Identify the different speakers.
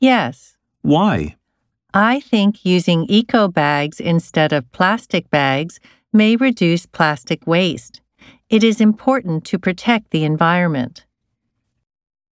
Speaker 1: Yes,
Speaker 2: Why?
Speaker 1: I think using eco bags instead of plastic bags may reduce plastic waste. It is important to protect the environment.